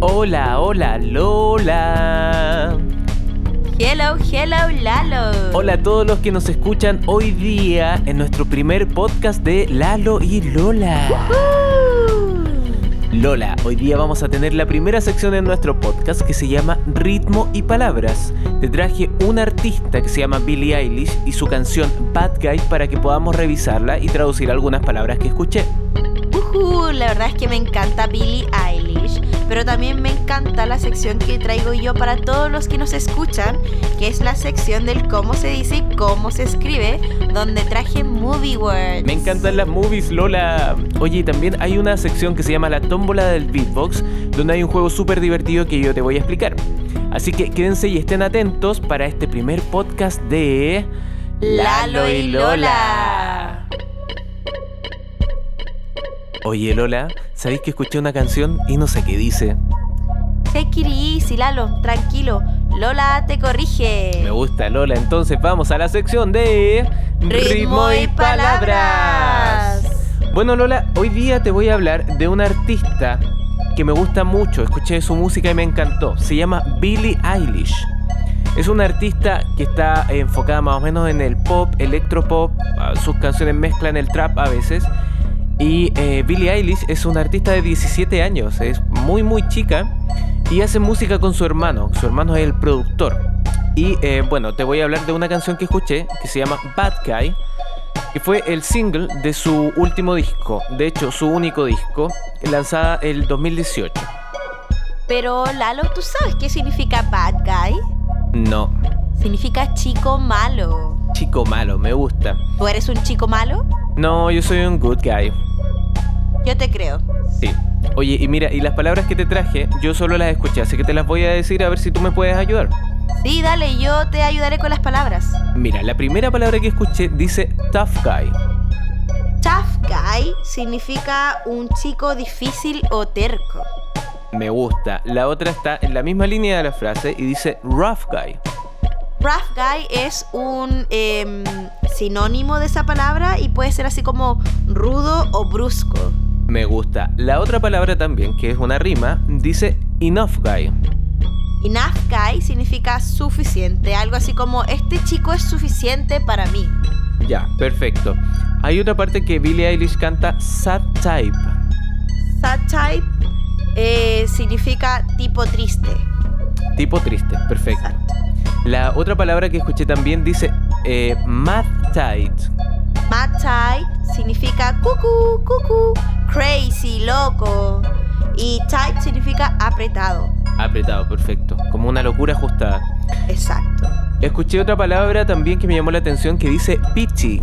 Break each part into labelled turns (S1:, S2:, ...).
S1: Hola, hola, Lola.
S2: Hello, hello, Lalo.
S1: Hola a todos los que nos escuchan hoy día en nuestro primer podcast de Lalo y Lola. Lola, hoy día vamos a tener la primera sección en nuestro podcast que se llama Ritmo y Palabras. Te traje un artista que se llama Billie Eilish y su canción Bad Guy para que podamos revisarla y traducir algunas palabras que escuché.
S2: Ujú, la verdad es que me encanta Billie Eilish, pero también me encanta la sección que traigo yo para todos los que nos escuchan, que es la sección del cómo se dice y cómo se escribe, donde traje movie words.
S1: Me encantan las movies, Lola. Oye, y también hay una sección que se llama la tómbola del beatbox, donde hay un juego súper divertido que yo te voy a explicar. Así que quédense y estén atentos para este primer podcast de
S2: Lalo y Lola.
S1: Oye, Lola, ¿sabéis que escuché una canción y no sé qué dice?
S2: Take it easy, Lalo, tranquilo. Lola te corrige.
S1: Me gusta, Lola. Entonces vamos a la sección de Bueno Lola, hoy día te voy a hablar de un artista que me gusta mucho, escuché su música y me encantó. Se llama Billie Eilish. Es una artista que está enfocada más o menos en el pop, electropop, ah, sus canciones mezclan el trap a veces. Y eh, Billie Eilish es una artista de 17 años, es muy muy chica y hace música con su hermano, su hermano es el productor. Y eh, bueno, te voy a hablar de una canción que escuché que se llama Bad Guy, que fue el single de su último disco, de hecho su único disco, lanzada el 2018.
S2: Pero Lalo, ¿tú sabes qué significa bad guy?
S1: No,
S2: Significa chico malo.
S1: chico malo, me gusta.
S2: ¿Tú eres un chico malo?
S1: No, yo soy un good guy.
S2: Yo te creo.
S1: Sí. Oye, y mira, y las palabras que te traje, yo solo las escuché, así que te las voy a decir a ver si tú me puedes ayudar.
S2: Sí, dale, yo te ayudaré con las palabras.
S1: Mira, la primera palabra que escuché dice tough guy.
S2: Tough guy significa un chico difícil o terco.
S1: Me gusta. La otra está en la misma línea de la frase y dice rough guy.
S2: Rough guy es un em, sinónimo de esa palabra y puede ser así como rudo o brusco.
S1: Me gusta. La otra palabra también, que es una rima, dice enough guy.
S2: Enough guy significa suficiente, algo así como este chico es suficiente para mí.
S1: Ya, perfecto. Hay otra parte que Billie Eilish canta sad type.
S2: Sad type eh, significa tipo triste.
S1: Tipo triste, perfecto.
S2: Exacto.
S1: La otra palabra que escuché también dice eh, mad tight.
S2: Mad tight significa cucu, cucu, crazy, loco. Y tight significa apretado.
S1: Apretado, perfecto. Como una locura ajustada.
S2: Exacto.
S1: Escuché otra palabra también que me llamó la atención que dice pitchy.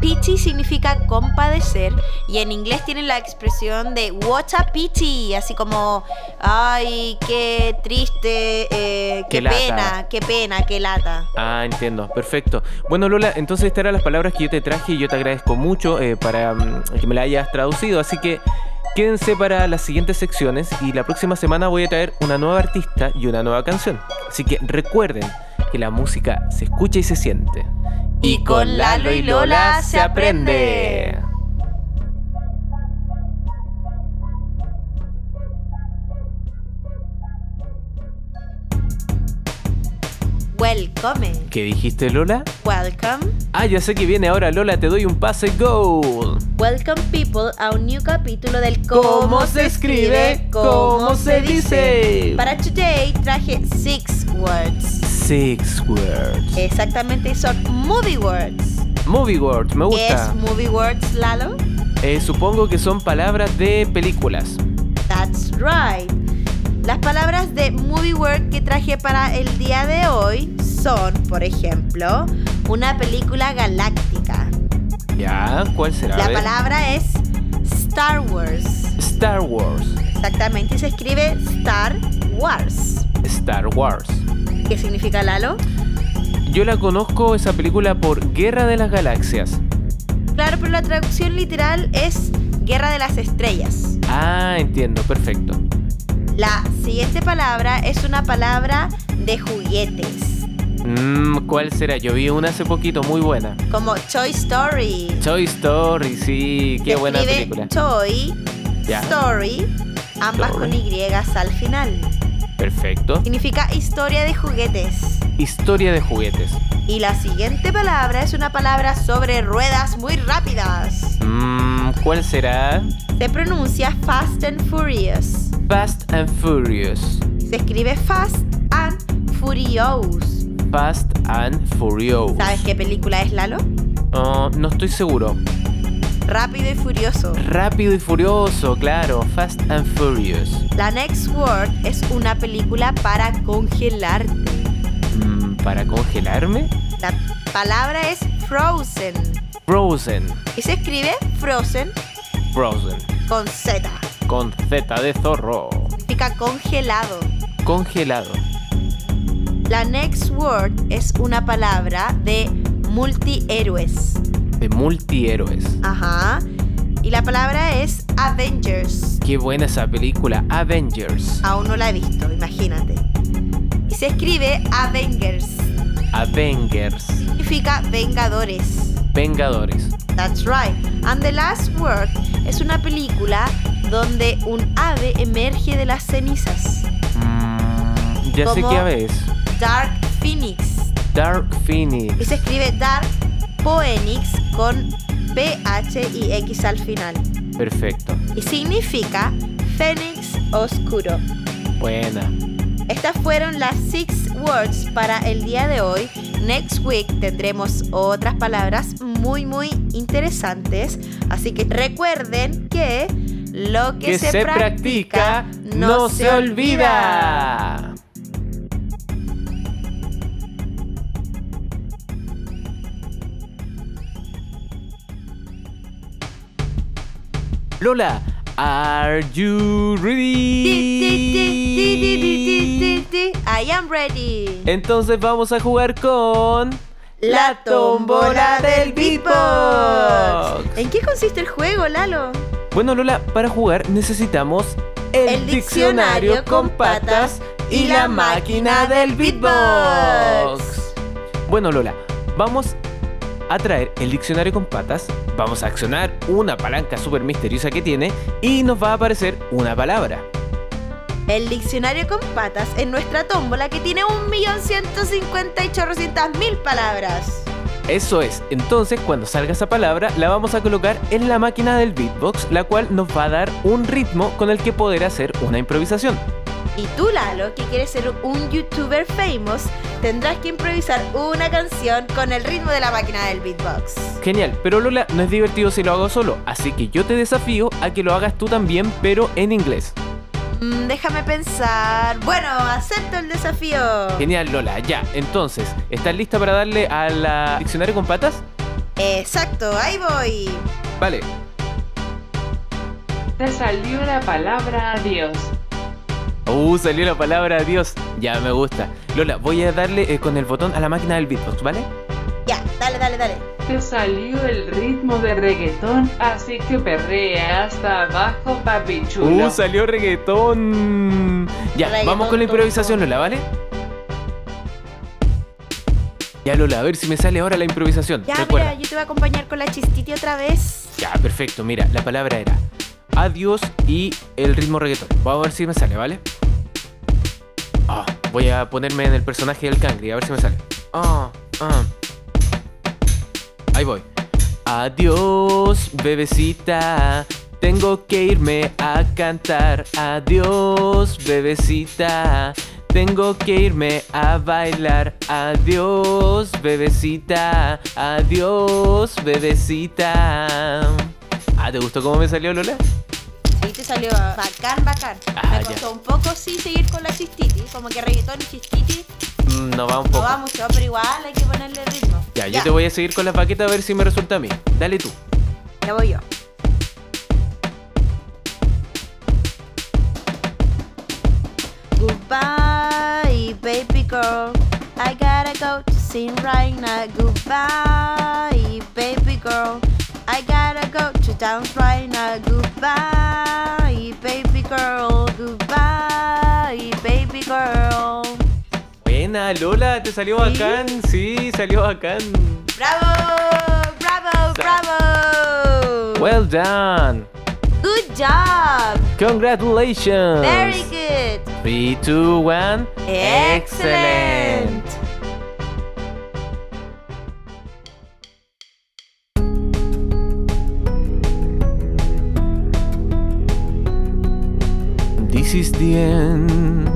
S2: Pichi significa compadecer y en inglés tienen la expresión de what a pity, así como ay, qué triste, eh, qué,
S1: Qué lata.
S2: pena, qué pena, qué lata.
S1: Ah, entiendo, perfecto. Bueno, Lola, entonces estas eran las palabras que yo te traje y yo te agradezco mucho eh, para mm, que me las hayas traducido. Así que quédense para las siguientes secciones y la próxima semana voy a traer una nueva artista y una nueva canción. Así que recuerden que la música se escucha y se siente.
S2: Y con Lalo y Lola se aprende. Welcome,
S1: ¿Qué dijiste, Lola?
S2: welcome,
S1: Ah, ya sé que viene ahora, Lola, te doy un pase go.
S2: welcome people a un new capítulo del
S1: ¿Cómo se escribe? ¿Cómo se dice?
S2: Para today traje six words.
S1: Six words.
S2: Exactamente son movie words.
S1: Movie words, me
S2: ¿Qué es
S1: gusta.
S2: movie words, Lalo?
S1: Eh, supongo que son palabras de películas.
S2: That's right. Las palabras de movie word que traje para el día de hoy son, por ejemplo, una película galáctica.
S1: Ya, ¿cuál será? A
S2: La
S1: ver.
S2: palabra es Star Wars.
S1: Star Wars.
S2: Exactamente, y se escribe Star Wars.
S1: Star Wars.
S2: ¿Qué significa Lalo?
S1: Yo la conozco esa película por Guerra de las Galaxias.
S2: Claro, pero la traducción literal es Guerra de las Estrellas.
S1: Ah, entiendo, perfecto.
S2: La siguiente palabra es una palabra de juguetes,
S1: Mm, ¿Cuál será? Yo vi una hace poquito muy buena.
S2: como Toy Story.
S1: Toy Story, sí, qué
S2: Se
S1: buena
S2: escribe
S1: película.
S2: Toy
S1: Ya.
S2: Story ambas con Y al final.
S1: Perfecto.
S2: Significa historia de juguetes.
S1: Historia de juguetes.
S2: Y la siguiente palabra es una palabra sobre ruedas muy rápidas.
S1: Mm, ¿Cuál será?
S2: Se pronuncia Fast and Furious.
S1: Fast and Furious.
S2: Se escribe Fast and Furious.
S1: Fast and Furious.
S2: ¿Sabes qué película es Lalo?
S1: Oh, no estoy seguro.
S2: Rápido y furioso.
S1: Rápido y furioso, claro. Fast and Furious.
S2: La Next Word es una película para congelarte.
S1: Mm, ¿Para congelarme?
S2: La palabra es Frozen.
S1: Frozen.
S2: Y se escribe Frozen
S1: Frozen.
S2: con Z.
S1: Con Z de zorro.
S2: Significa congelado.
S1: Congelado.
S2: La next word es una palabra de multihéroes.
S1: De multihéroes.
S2: Ajá. Y la palabra es Avengers.
S1: Qué buena esa película. Avengers.
S2: Aún no la he visto, imagínate. Y se escribe Avengers.
S1: Avengers.
S2: Significa Vengadores.
S1: Vengadores.
S2: That's right. And the last word es una película donde un ave emerge de las cenizas.
S1: Mm, ya sé
S2: Como-
S1: qué ave es.
S2: Dark Phoenix.
S1: Dark Phoenix.
S2: Y se escribe Dark Phoenix con P-H y X al final.
S1: Perfecto.
S2: y significa Fénix Oscuro.
S1: Buena.
S2: Estas fueron las six words para el día de hoy. Next week tendremos otras palabras muy muy interesantes, así que recuerden que lo que,
S1: que, se, practica, no se olvida. Lola, are you
S2: Ti, ti, ti, ti, ti, ti,
S1: ready?
S2: ti, ti, ti. I am ready.
S1: Entonces vamos a jugar con
S2: La tómbola del beatbox.
S1: beatbox.
S2: ¿En qué consiste el juego, Lalo?
S1: Bueno, Lola, para jugar necesitamos el,
S2: El
S1: diccionario,
S2: diccionario
S1: con patas y la máquina del beatbox. Bueno, Lola, vamos a traer el diccionario con patas, vamos a accionar una palanca súper misteriosa que tiene y nos va a aparecer una palabra.
S2: El diccionario con patas en nuestra tómbola que tiene 1.150 y chorrocientas mil palabras.
S1: Eso es, entonces cuando salga esa palabra la vamos a colocar en la máquina del beatbox, la cual nos va a dar un ritmo con el que poder hacer una improvisación.
S2: Y tú, Lalo, que quieres ser un youtuber famous, tendrás que improvisar una canción con el ritmo de la máquina del beatbox.
S1: Genial, pero Lola no es divertido si lo hago solo, así que yo te desafío a que lo hagas tú también, pero en inglés.
S2: Mm, déjame pensar. Bueno, acepto el desafío.
S1: Genial, Lola, ya. Entonces, ¿estás lista para darle a la diccionario con patas?
S2: Exacto, ahí voy.
S1: Vale.
S3: Te salió la palabra adiós.
S1: Uh, salió la palabra Dios. Ya me gusta. Lola, voy a darle eh, con el botón a la máquina del beatbox, ¿vale?
S2: Ya, dale, dale, dale.
S3: Te salió el ritmo de reggaetón, así que perrea hasta abajo, papi chulo.
S1: Uh, salió reggaetón. Ya,
S2: Reggaetón,
S1: vamos con la
S2: tonto.
S1: improvisación, Lola, ¿vale? Ya, Lola, a ver si me sale ahora la improvisación.
S2: Ya,
S1: Recuerda.
S2: mira, yo te voy a acompañar con la chistiti otra vez.
S1: Ya, perfecto. Mira, la palabra era adiós y el ritmo reggaetón. Vamos a ver si me sale, ¿vale? Ah, voy a ponerme en el personaje del Cangri, a ver si me sale. Ah, ah. Ahí voy. Adiós, bebecita. Tengo que irme a cantar. Adiós, bebecita. Tengo que irme a bailar. Adiós, bebecita. Adiós, bebecita. Ah, ¿te gustó cómo me salió Lola?
S2: Sí, te salió bacán, bacán.
S1: Ah,
S2: Me
S1: ya.
S2: costó un poco sí seguir con la chistiti, como que reggaetón y chistiti
S1: Mm, No va un
S2: no
S1: poco.
S2: va mucho, pero igual hay que ponerle ritmo.
S1: Ya, yo te voy a seguir con la paqueta a ver si me resulta a mí. Dale tú.
S2: Ya voy yo. Goodbye, baby girl. I gotta go to sing right now. Goodbye, baby girl. I gotta go to dance right now. Goodbye, baby girl. Goodbye, baby girl.
S1: Buena, Lola, te salió bacán. Sí, salió bacán.
S2: Bravo, bravo, bravo.
S1: Well done.
S2: Good job!
S1: Congratulations.
S2: Very good!
S1: 3, 2, 1.
S2: Excellent!
S1: This is the end.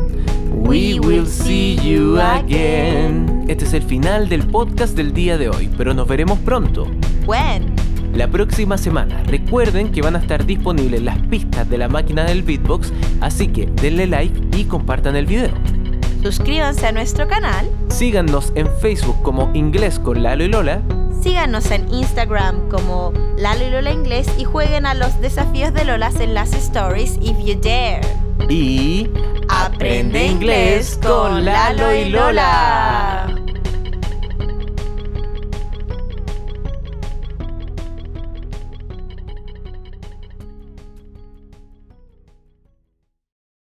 S1: We will see you again. Este es el final del podcast del día de hoy, pero nos veremos pronto.
S2: When?
S1: La próxima semana. Recuerden que van a estar disponibles las pistas de la máquina del beatbox, así que denle like y compartan el video.
S2: Suscríbanse a nuestro canal.
S1: Síganos en Facebook como Inglés con Lalo y Lola.
S2: Síganos en Instagram como Lalo y Lola Inglés y jueguen a los desafíos de Lolas en las stories if you dare.
S1: Y...
S2: Aprende inglés con Lalo y Lola.